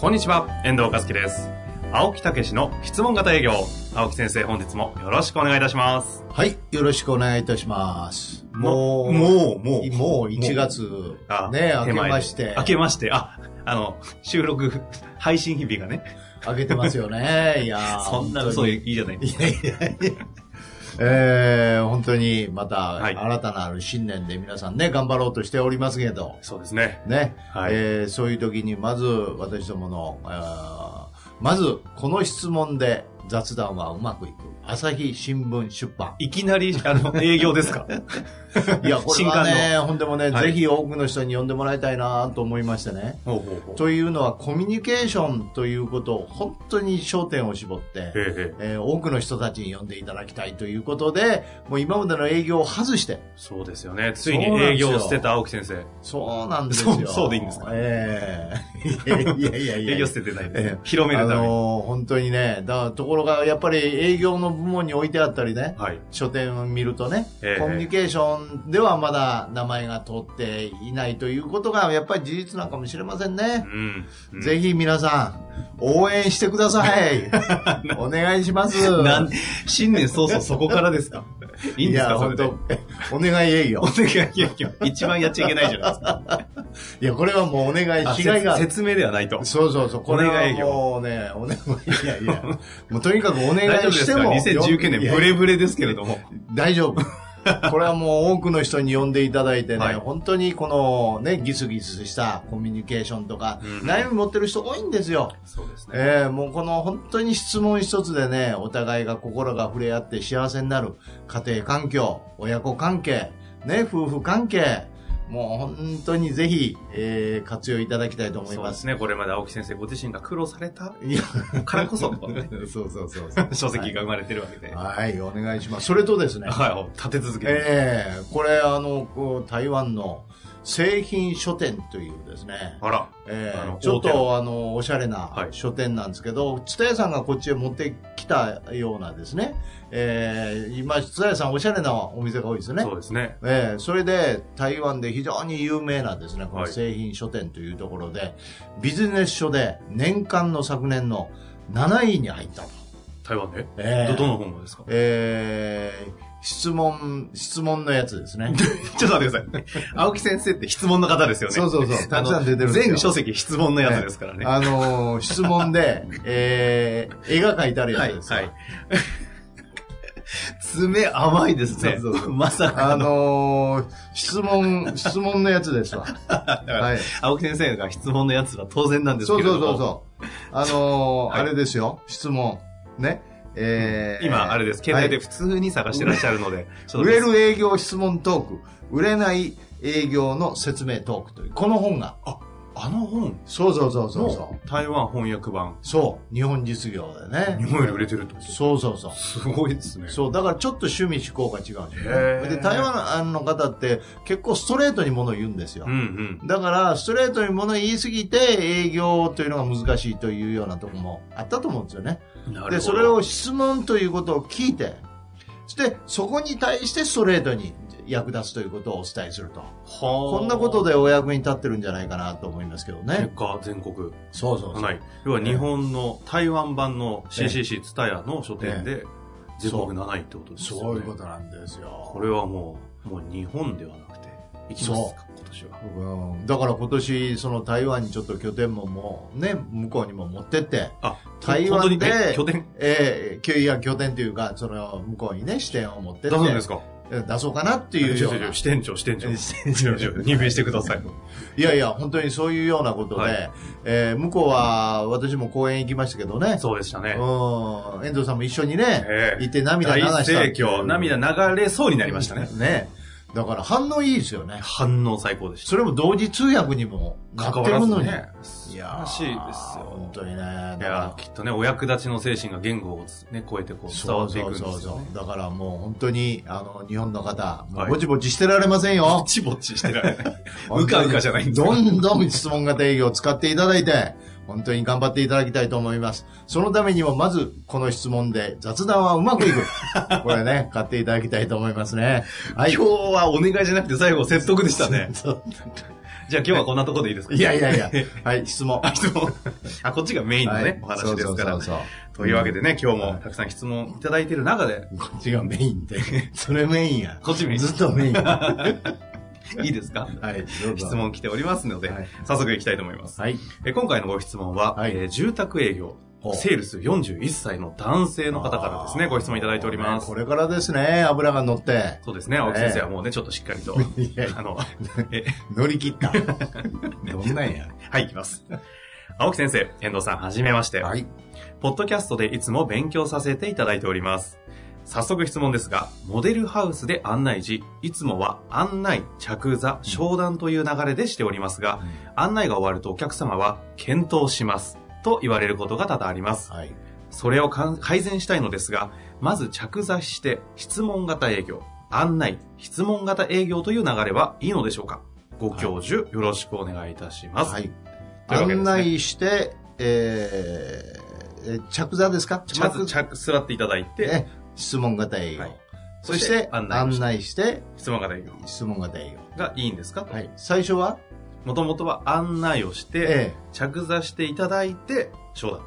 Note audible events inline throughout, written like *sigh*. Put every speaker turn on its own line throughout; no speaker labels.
こんにちは、遠藤和樹です。青木武の質問型営業。青木先生、本日もよろしくお願いいたします。
はい、よろしくお願いいたします。もう、
もう、もう、
もう1月
あ、
ね、明
手
け
前で
まして、
明けまして、あ、あの、収録、配信日々がね、
明けてますよね。いや *laughs* ー
そんな
本当
嘘
に
いいじゃない
いやいやいや。えー、本当にまた、
はい
新たなる新年で皆さんね、頑張ろうとしておりますけど、
そうですね。
ね、
はい
えーそういう時にまず私どもの、あーまずこの質問で雑談はうまくいく。朝日新聞出版。
いきなり、あの、営業ですか
*laughs* いや、これ
新
はね、ほんでもね、
はい
ぜひ多くの人に読んでもらいたいなと思いましてね。
ほうほうほう。
というのは、コミュニケーションということを本当に焦点を絞っ
へ
て、
えへえ
えー多くの人たちに読んでいただきたいということで、もう今までの営業を外して、
そうですよね。ついに
そうなん
営
ですよ
業を捨てた青木先生。
そうなんですよ。
そうそうでいいんですか
ええいやいやいやいや。
営業捨ててないです、
ええ
広め
あ
るために。
のー本当にね、だところがやっぱり営業の部門に置いてあったりね、
はい。
書店を見るとね、
ええ
コミュニケーションではまだ名前が通っていないということがやっぱり事実なのかもしれませ
う
んね。
ん。うん
ぜひ皆さん、応援してくださ
*laughs*
い。お願いします。
なん、新年早々そこからです
*laughs*
かいいんです
や
かそれで。お
本当お願い営業。
願いいやいや *laughs* 一番やっちゃいけないじゃないですか。
いや、これはもうお願
あ
い、しがいがあ
せ
る。
説明ではないと。
そうそうそう、これ
お
は
願い営業
もうね、お願い、いやいや、もうとにかくお願
大丈夫で
いし
す
て
か
も。
2019
いや
年
いや
ブレブレですけれども。
大丈
*laughs*
夫。これはもう多くの人に呼んでいただいてね、
はい
本当にこのね、ギスギスしたコミュニケーションとか、
うん
悩み持ってる人多いんですよ。
そうですね。
えーもうこの本当に質問一つでね、お互いが心が触れ合って幸せになる家庭環境、親子関係、ね、夫婦関係、もう本当にぜひ、えー活用いただきたいと思い
そう
ま。
ですすね。これまで青木先生ご自身が苦労された
いや、
からこ *laughs* そ、ね
そうそうそうそう。
書籍が生まれてるわけで。は
*laughs* はい、お願いします。それとですね、
い。立て続けて。
ええこれあのこう台湾の製品書店というですね、
あら。
ええ
あの
ちょっ
大手
とあのおしゃれな
はい
書店なんですけど、蔦屋さんがこっちへ持ってきたようなですね、ええ今蔦屋さんおしゃれなお店が多いですね
そ。うですね。
ええそれで台湾で非常に有名なですね、こ
は
の
い
製品書店というところで、ビジネス書で年間の昨年の7位に入ったと。
台湾で。
ええ
ど、どの本もですか
ええ質問、質問のやつですね。
*laughs* ちょっと待ってください。青木先生って質問の方ですよね。
そうそうそう
*laughs* あ
た
の
くさん出てるんですよ
全書籍質問のやつですからね。
あのー質問
*laughs*
で、えー、絵が描いてあるや
は
つ
い、
です。
はい。爪甘いですね。
そうそうそう
まさか
あ
の。
のー質
*laughs*
問、質問のやつですわ。はい。
青木先生が質問のやつは当然なんです
そ
け
う
れど
そ
も。
うそうそう。あのー
はい
あれですよ、質問。ね。えー、
今、あれです。携帯で
はい
普通に探してらっしゃる
*laughs*
ので。ちょっ
売
と
れる営業質問トーク、売れない営業の説明トークという、この本が。
あの本
そうそうそうそうそ
の
う。
台湾翻訳版、
そう、日本実業でね。
日本より売れてるってこと
そうそうそう。
すごいですね。
そう、だからちょっと趣味思考が違うんですよ
へー
ね。で、台湾の方って結構ストレートに物を言うんですよ。
うんうん。
だから、ストレートに物を言いすぎて営業というのが難しいというようなとこもあったと思うんですよね。
なるほど。
で、それ、を質問ということを聞いて、そしてそこに対してストレートに役立つということをお伝えすると。
こ
こんなこと
で。
でお役に立ってるんじゃないかなと思いますけど
結
ね。
果、全国。
そうそうそう。
ない。要は日本の台湾版の CCC ツタヤの書店で、全国7位ってことですよね。
そういうことなんですよ。
これはもう、もう日本ではなくて、いきますか、今年は。
うんだから今年、その台湾にちょっと拠点ももうね、向こうにも持ってって、
あ、
台
本当に
湾
ね
で、
拠点
えー、いや拠点というか、その向こうにね、支店を持って
出
って、
すんですか
え出そうかなっていうような。
支店長、支店長。
支店
*laughs*
長
任命してくだ
*laughs*
さい。
いやいや、本当にそういうようなことで、
はい
えー向こうは、私も公園行きましたけどね、
そうでしたね。
うん、遠藤さんも一緒にね、
ええ
行って涙流
大
したって
盛
いう。
況、涙流れそうになりましたね。
ね。だから反応いいですよね。
反応最高でした。
それも同時通訳にもなってるのに。
ね、素晴らしいですよ。
本当にね。だ
いや
か
きっとね、お役立ちの精神が言語をつ、ね、超えてこう
ら、
伝
そ
わ
う
ってい
そ
くん
う
ですよ、
そ
ね。
うそう。だからもう本当に、あの、日本の方、もう
はい
ぼちぼちしてられませんよ
ぼ。ちぼち
*laughs*
してられない。うかうかじゃないんです
どんどん質問型営業を使っていただいて、本当に頑張っていただきたいと思います。そのためにも、まず、この質問で雑談はうま
*laughs*
くいく。これね、買っていただきたいと思いますね。はい。。
今日 *laughs* はお願いじゃなくて最後説得でしたね
そう
じゃあ今日はこんなと *laughs* ころでいいですか
いやいやいや。 *laughs* はい、質問。
あ、質問。あ、こっちがメインのね、
はい
お話ですから。
そうそうそうそう
というわけでね、今日もたくさん質問いただいている中で、
こっちがメインで。それメインや。
こっちメイン
ずっ
*laughs*
とメイン。はい
いですか
い、どうぞ
質。問来ておりますので、
はい
早速行きたいと思います。
はい。
え今回のご質問は、
はい
えー住宅営業
ほう、
セールス41歳の男性の方からですね、ご質問いただいております。
これからですね、油が乗って。
そうですね、青木先生はもうね、ちょっとしっかりと、
*laughs* いや
*laughs* あの、え
乗り切
*laughs*
った。どんなんや。
はい、行きます。青木先生、遠藤さん、はじめまして。
はい。
ポッドキャストでいつも勉強させていただいております。早速質問ですが、モデルハウスで案内時、いつもは案内、着座、商談という流れでしておりますが、案内が終わるとお客様は、検討します。と言われることが多々あります。
はい。
それをかん改善したいのですが、まず着座して、質問型営業、案内、質問型営業という流れはいいのでしょうかご教授、よろしくお願いいたします。
はい。
というわけです
案
ね
内して、えーえー着座ですか
まず、着座っていただいて、
ね質問型営業。
はい
そして、
案
案
内をして
内して、
質問型営業
質問型営
がいいんですか
業。はい。最初は、
もともとは案内をして、
ええ
着座していただいて、商談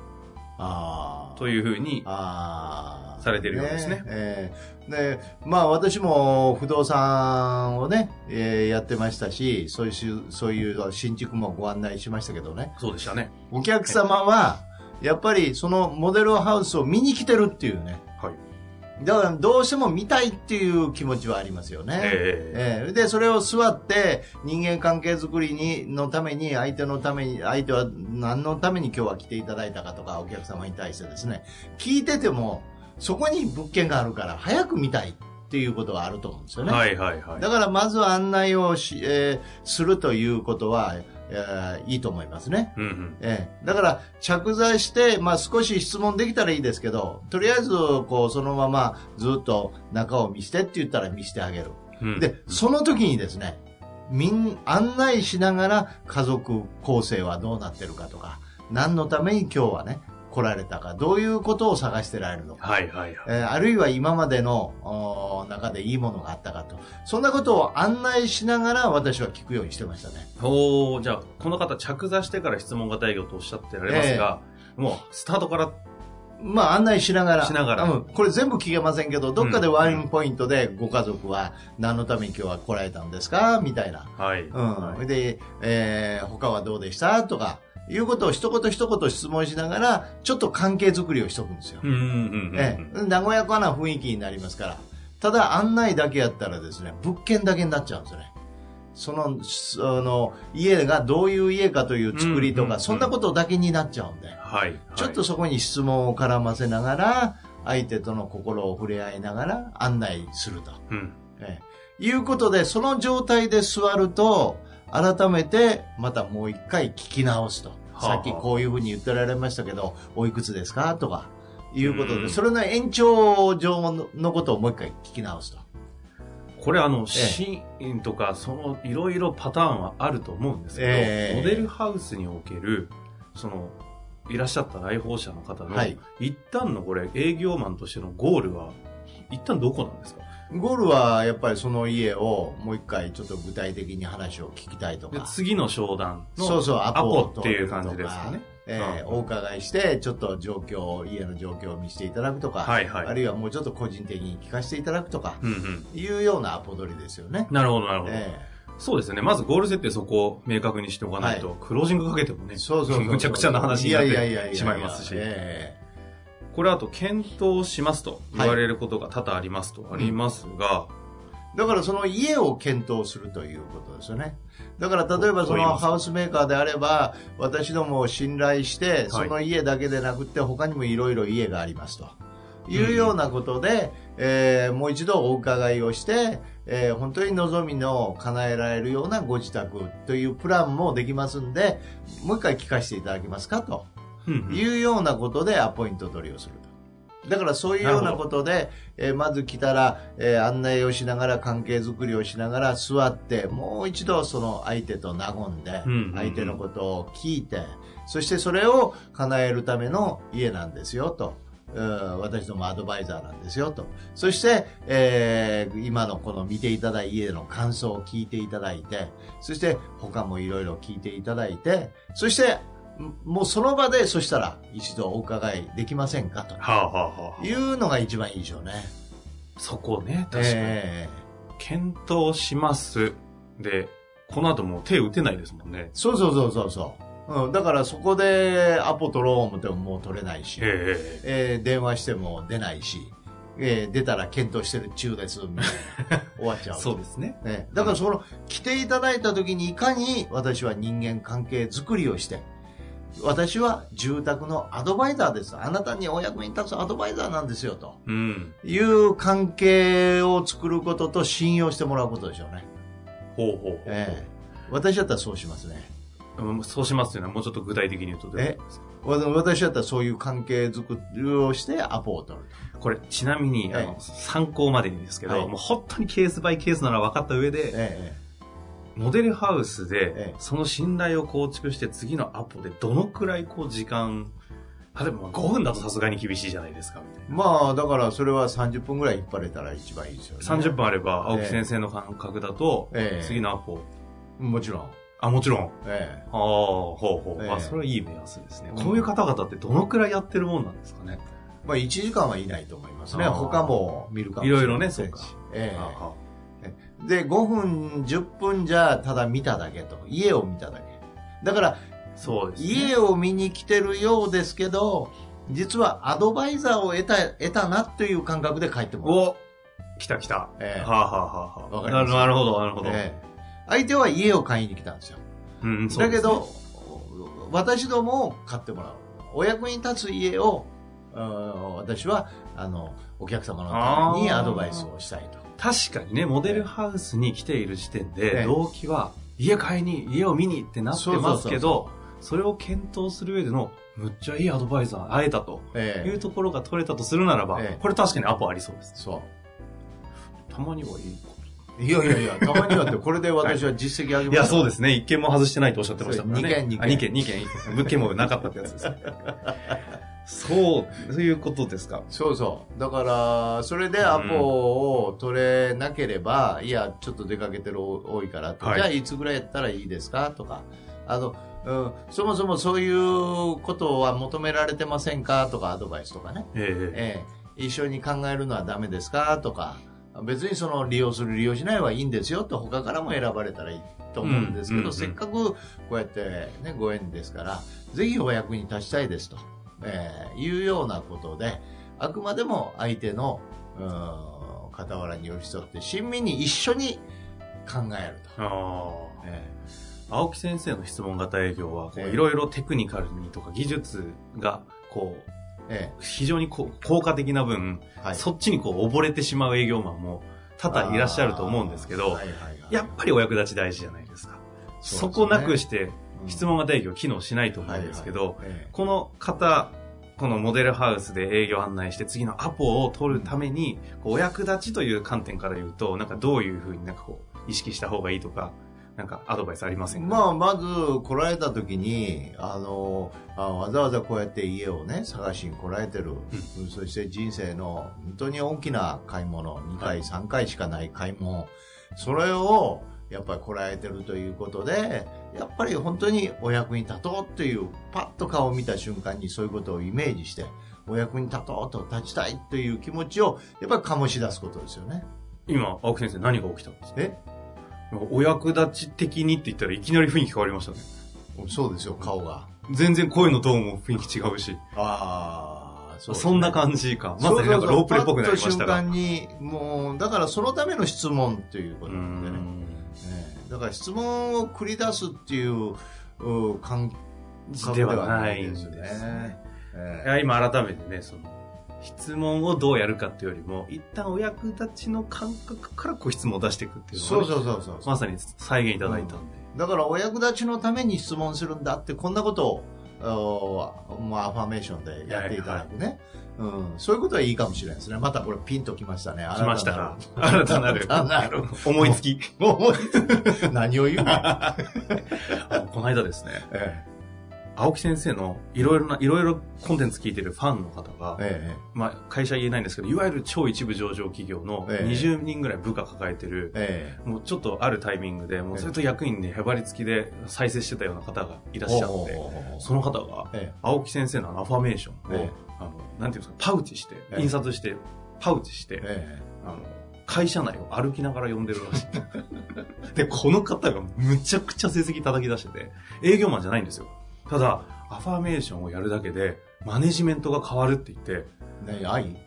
ああ。
というふうに、
ああ。
されてるようですね
ええで、まあ私も不動産をね、えーやってましたし、そういうし、そういう新築もご案内しましたけどね。
そうでしたね。
お客様は、やっぱりそのモデルハウスを見に来てるっていうね。
はい。
だからどうしても見たいっていう気持ちはありますよね。
ええ
ええで、それを座って、人間関係づくりに、のために、相手のために、相手は何のために今日は来ていただいたかとか、お客様に対してですね、聞いてても、そこに物件があるから、早く見たいっていうことがあると思うんですよね。
はいはいはい。
だから、まず案内をし、えーするということは、えーいいと思いますね。
うんうん。
ええ、だから、着座して、まあ、少し質問できたらいいですけど、とりあえず、こう、そのまま、ずっと中を見してって言ったら見してあげる。
うん、
で、その時にですね、みん、案内しながら家族構成はどうなってるかとか、何のために今日はね、来られたか、どういうことを探してられるのか、
はいはいはい。
えーあるいは今までのおー中でいいものがあったかと、そんなことを案内しながら私は聞くようにしてましたね。
おーじゃあ、この方、着座してから質問型営業とおっしゃってられますが、もう、スタートから、
まあ案内しながら。
しながら
うん。これ全部聞けませんけど、どっかでワインポイントでご家族は何のために今日は来られたんですかみたいな。
はい。は
うん。で、えー他はどうでしたとか、いうことを一言一言質問しながら、ちょっと関係づくりをしとくんですよ
い、。うんうんうんうん。
ええ和やかな雰囲気になりますから。ただ案内だけやったらですね、物件だけになっちゃうんですよね。その、その、家がどういう家かという作りとか、
うんうんうん
そんなことだけになっちゃうんで、
はい、はい。
ちょっとそこに質問を絡ませながら、相手との心を触れ合いながら案内すると。
うん。
ええいうことで、その状態で座ると、改めて、またもう一回聞き直すと。
あ
さっきこういうふうに言ってられましたけど、おいくつですかとか、いうこと
う
で、
ん
それの延長上ののことをもう一回聞き直すと。
これあの、シーンとか、その、いろいろパターンはあると思うんですけど、
ええ
モデルハウスにおける、その、いらっしゃった来訪者の方の、
はい
一旦のこれ、営業マンとしてのゴールは、一旦どこなんですか
ゴールは、やっぱりその家を、もう一回ちょっと具体的に話を聞きたいと
で
か。
次の商談の、
そうそう、ア
ア
ポを
ポっ
取
てい
る
う
とか
感じですよね。。
えー
うん
お伺いして、ちょっと状況を、家の状況を見せていただくとか、
はいはい
あるいはもうちょっと個人的に聞かせていただくとか、
うんうん。
いうようなアポ取りですよね。
なるほど、なるほど。
え
そうですね。まずゴール設定そこを明確にしておかないと、クロージングかけても
え
ね、
そうそうそうそう
むちゃくちゃな話になってしまいますし。
え
これあと、検討しますと言われることが多々ありますと、ありますが、
えだからその家を検討するということですよね。だから例えばそ
そう言い
の
ます
ハウスメーカーであれば、私どもを信頼して、その家だけでなくて他にもいろいろ家がありますと。いうようなことで、えーもう一度お伺いをして、えー本当に望みの叶えられるようなご自宅というプランもできますんで、もう一回聞かせていただけますかと
うんうん
いうようなことでアポイント取りをすると。だからそういうようなことで、えーまず来たら、えー案内をしながら関係づくりをしながら座って、もう一度その相手と和んで、
うんうんうん
相手のことを聞いて、そしてそれを叶えるための家なんですよと。うん私どもアドバイザーなんですよと。そして、えー今のこの見ていただいた家の感想を聞いていただいて、そして他もいろいろ聞いていただいて、そして、んもうその場で、そしたら一度お伺いできませんかと
はあ、はあはあ、
いうのが一番いいでしょうね。
そこね、確かに。
えー
検討します。で、この後もう手打てないですもんね。
そうそうそうそうそう。うん、だからそこでアポ取ろう思ってももう取れないし、
え
えー電話しても出ないし、えー出たら検討してる中です、みたいな終わっち
え *laughs*
ゃう。
そうですね。
ね、だからその、来ていただいた時にいかに私は人間関係づくりをして、私は住宅のアドバイザーです。あなたにお役に立つアドバイザーなんですよ、と
うん。
いう関係を作ることと信用してもらうことでしょうね。
ほうほうほう。
えー私だったらそうしますね。
うんそうしますというのはもうちょっと具体的に言うとどういうことですか
わ私だったらそういう関係づくりをしてアポを取る。
これ、ちなみに、あ
え
の、参考までにですけど、
はい
もう本当にケースバイケースなら分かった上で、
え
モデルハウス
ええ
で、その信頼を構築して次のアポでどのくらいこう時間、例えばまあ5分だとさすがに厳しいじゃないですか、みたいな。
えまあ、だからそれは30分ぐらい引っ張れたら一番いいですよね。
30分あれば、青木先生の感覚だと、
ええ
次のアポ、
分もちろん。
あ、もちろん。
え
ああ、ほうほう。
ええ
あ、それはいい目安ですね。
うん
こういう方々ってどのくらいやってるもんなんですかね。
えまあ、1時間はいないと思いますね。
あー
他も見るかもしれませんし
いろいろねそうか
え
ああ
えで、5分、10分じゃ、ただ見ただけと。家を見ただけ。だから、
そうですね。
家を見に来てるようですけど、実はアドバイザーを得た、得たなという感覚で帰ってもらう。
お来た来た。
ええ
はあ、はあはあは
わか
あ、
りま
な
す
るなるほど、なるほど。
ええ相手は家を買いに来たんですよ。
うん、そう
だ
で
け
すね
ど、私どもを買ってもらう。お役に立つ家を、うん私は、あの、お客様のために
あー
アドバイスをしたいと。
確かにね、モデルハウスに来ている時点
ええ
で、動機は、家買いに、家を見にってなってますけど、それを検討する上での、むっちゃいいアドバイザー、会えたと
え
い
え
うところが取れたとするならば
ええ、
これ確かにアポありそうです。
そ
たまにはいいこ
う。いやいやいや、たまにはって、これで私は実績上げ
と。
ま。
いや、そうですすね。一件も外してないとおっしゃってましたからね。
そう二件
あ
二
二
件
件、二件。物件もなかったってやつですね。そう、そういうことですか。
そうそう。だから、それでアポを取れなければ、いや、ちょっと出かけてる多いからって、
はい
じゃあいつぐらいやったらいいですかとか、あの、うん、そもそもそういうことは求められてませんかとか、アドバイスとかね。
ええ
ええ、一緒に考えるのはダメですかとか、別にその利用する利用しないはいいんですよと他からも選ばれたらいいと思うんですけ
うん
ど、
うんうん
せっかくこうやってね、ご縁ですから、ぜひお役に立ちたいですと、ええいうようなことで、あくまでも相手の、うん、傍らに寄り添って、親身に一緒に考えると。
ああ。
え
青木先生の質問型営業はこ
え
う
え
いろいろテクニカルにとか技術がこ
ええ
う非常にこう効果的な分、
えはい
そっちにこう溺れてしまう営業マンも多々いらっしゃると思うんですけど、
はいはいはい
やっぱりお役立ち大事じゃないですか。そ
そうですね
こなくして
うん
質問型営業機能しないと思うんですけど、
ええ
この方、このモデルハウスで営業案内して次のアポを取るために、こうお役立ちという観点から言うと、なんかどういうふうになんかこう意識した方がいいとか、なんかアドバイスありませんか
まあ、まず来られた時にあのあわざわざこうやって家をね探しに来られてる、そして人生の本当に大きな買い物2回、3回しかない買い物それをやっぱり来られてるということでやっぱり本当にお役に立とうというパッと顔を見た瞬間にそういうことをイメージしてお役に立とうと立ちたいという気持ちをやっぱり醸し出すことですよね。
今、青木先生何が起きたんですか
え
お役立ち的にって言ったらいきなり雰囲気変わりましたね。
そうですよ顔が。
全然声のトーンも雰囲気違うし、
ああ、
そ,、
うですね
んな感じか。まさになんかロープレっぽくなりましたが。
そうそうそうパッと瞬間に、もう、だからそのための質問というこ
う
と
ー
なんでね。
ん
ええだから質問を繰り出すっていうう感覚
ではないんですね。
え
い
え
や今改めてね、その、質問をどうやるかっていうよりも、一旦お役立ちの感覚からこう質問を出していくっていうのが
そう
ね、
そうそうそう
まさに再現いただいたんで。
だからお役立ちのために質問するんだってこんなことをおまあ、アファメーションでやっていただくね、うん、そういうことはいいかもしれないですねまたこれピンときましたね
来ましたか
か
新たなる。
新たなる
思いつ *laughs* き。
*laughs* 何を言う
*laughs*
の、
あのこの間ですね、
え
青木先生のいろいろな、いろいろコンテンツ聞いてるファンの方が
え、え
まあ会社言えないんですけど、いわゆる超一部上場企業の
ええ
20人ぐらい部下抱えてる
え、え
もうちょっとあるタイミングで、もうそれと役員でへばりつきで再生してたような方がい
え
らっしゃっ
ほう
て、
ほうほうほう
その方が、
え
青木先生のあのアファメーションを、
ええ
あの、なんていうんですか、パウチして、
ええ
印刷して、パウチして、
ええ
あの、会社内を歩きながら読んでるらしい。 *laughs* で、この方がむちゃくちゃ成績叩き出してて、営業マンじゃないんですよ。ただ、アファメーションをやるだけで、マネジメントが変わるって言って、
えね愛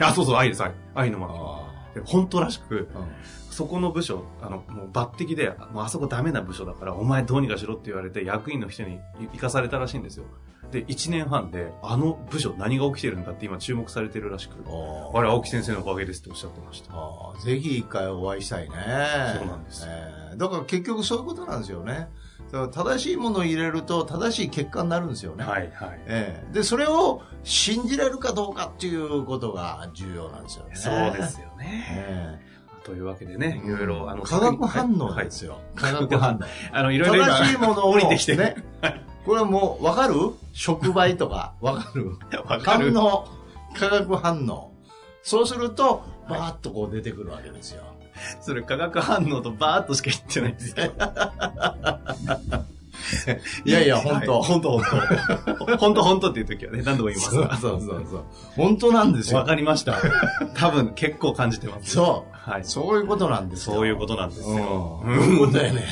あ、そうそう、愛です、愛。愛のマー
あ
クで本当らしく、
あ、うん
そこの部署、あの、もう抜擢で、もうあそこダメな部署だから、お前どうにかしろって言われて、役員の人に行かされたらしいんですよ。で、1年半で、あの部署何が起きてるんだって今注目されてるらしく、
あ
あれ、青木先生のおかげですっておっしゃってました。
ああぜひ一回お会いしたいね。
そうなんです
ええだから結局そういうことなんですよね。だから正しいものを入れると正しい結果になるんですよね。
はい、はい。
ええで、それを信じられるかどうかっていうことが重要なんですよね。
そうで。すよね。
え
というわけで
え
ね、いろいろ、あの、
化学反応
は
ないんですよ。化学反応。
あの、いろいろ今
正しいものを。
降りてきて
ね。これはもう、わかる触媒とか、わかる
わか
反
る。
応。化学反応。そうすると、バーッとこう出てくるわけですよ。
それ化学反応とバーっとしか言ってないんですよ。
いやいや、
は
本
い
当
本当本当本当本当っていう時はね、何度も言います
そう
が。
そうそうそう。本当なんです
わ
よ。
かりま
*laughs*
した。多分結構感じてます。
そ
はい。
う。そういうことなんですよ。
そういうことなんですよ。
うんそういうことだよね。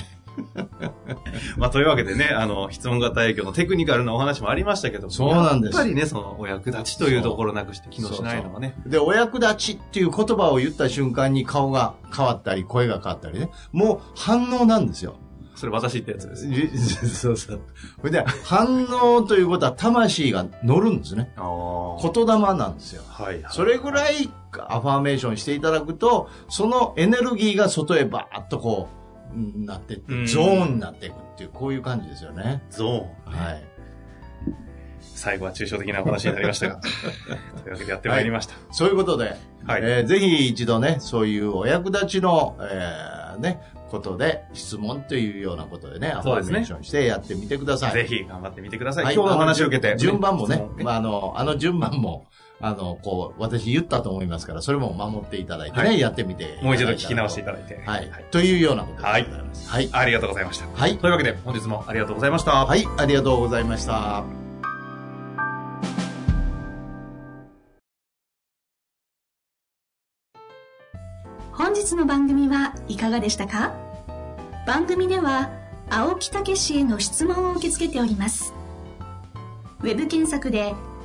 まあ、というわけでね、あの、質問型営業のテクニカルなお話もありましたけども
そうなんです
やっぱりね、その、お役立ちというところなくして機能しないのはね。
で、お役立ちっていう言葉を言った瞬間に顔が変わったり、声が変わったりね。もう反応なんですよ。
それ私ってやつです。
*laughs* そうそう。それで、反応ということは魂が乗るんですね。
ああ
言霊なんですよ。
はい。
それぐ
い。
らいアファーメーションしていただくと、そのエネルギーが外へバーッとこう、うんなってって
うん
ゾーンになっていくっていう、こういう感じですよね。
ゾーン。
はい。
最後は抽象的なお話になりました
*laughs*
が。というわけでやってまいりました。
そういうことで、
はい。
えーぜひ一度ね、そういうお役立ちの、えーね、ことで、質問というようなことでね、アフ
そう
ァ
で
ー
す
メ
ね
ーションしてやってみてください。
ぜひ頑張ってみてください。
はい
今日のお話を受けて。
順番もね、
質問
まあ、あの、あの順番も、あの、こう、私言ったと思いますから、それも守っていただいてね、
はい
やってみて。
もう一度聞き直してい
い
ただいて。
ただいたらと。はい。というようなことでございます。はい。
ありがとうございました。
はい。
というわけで、本日もありがとうございました。
はい、ありがとうございました。
本日の番組はいかがでしたか番組では青木武氏への質問を受け付けておりますウェブ検索で「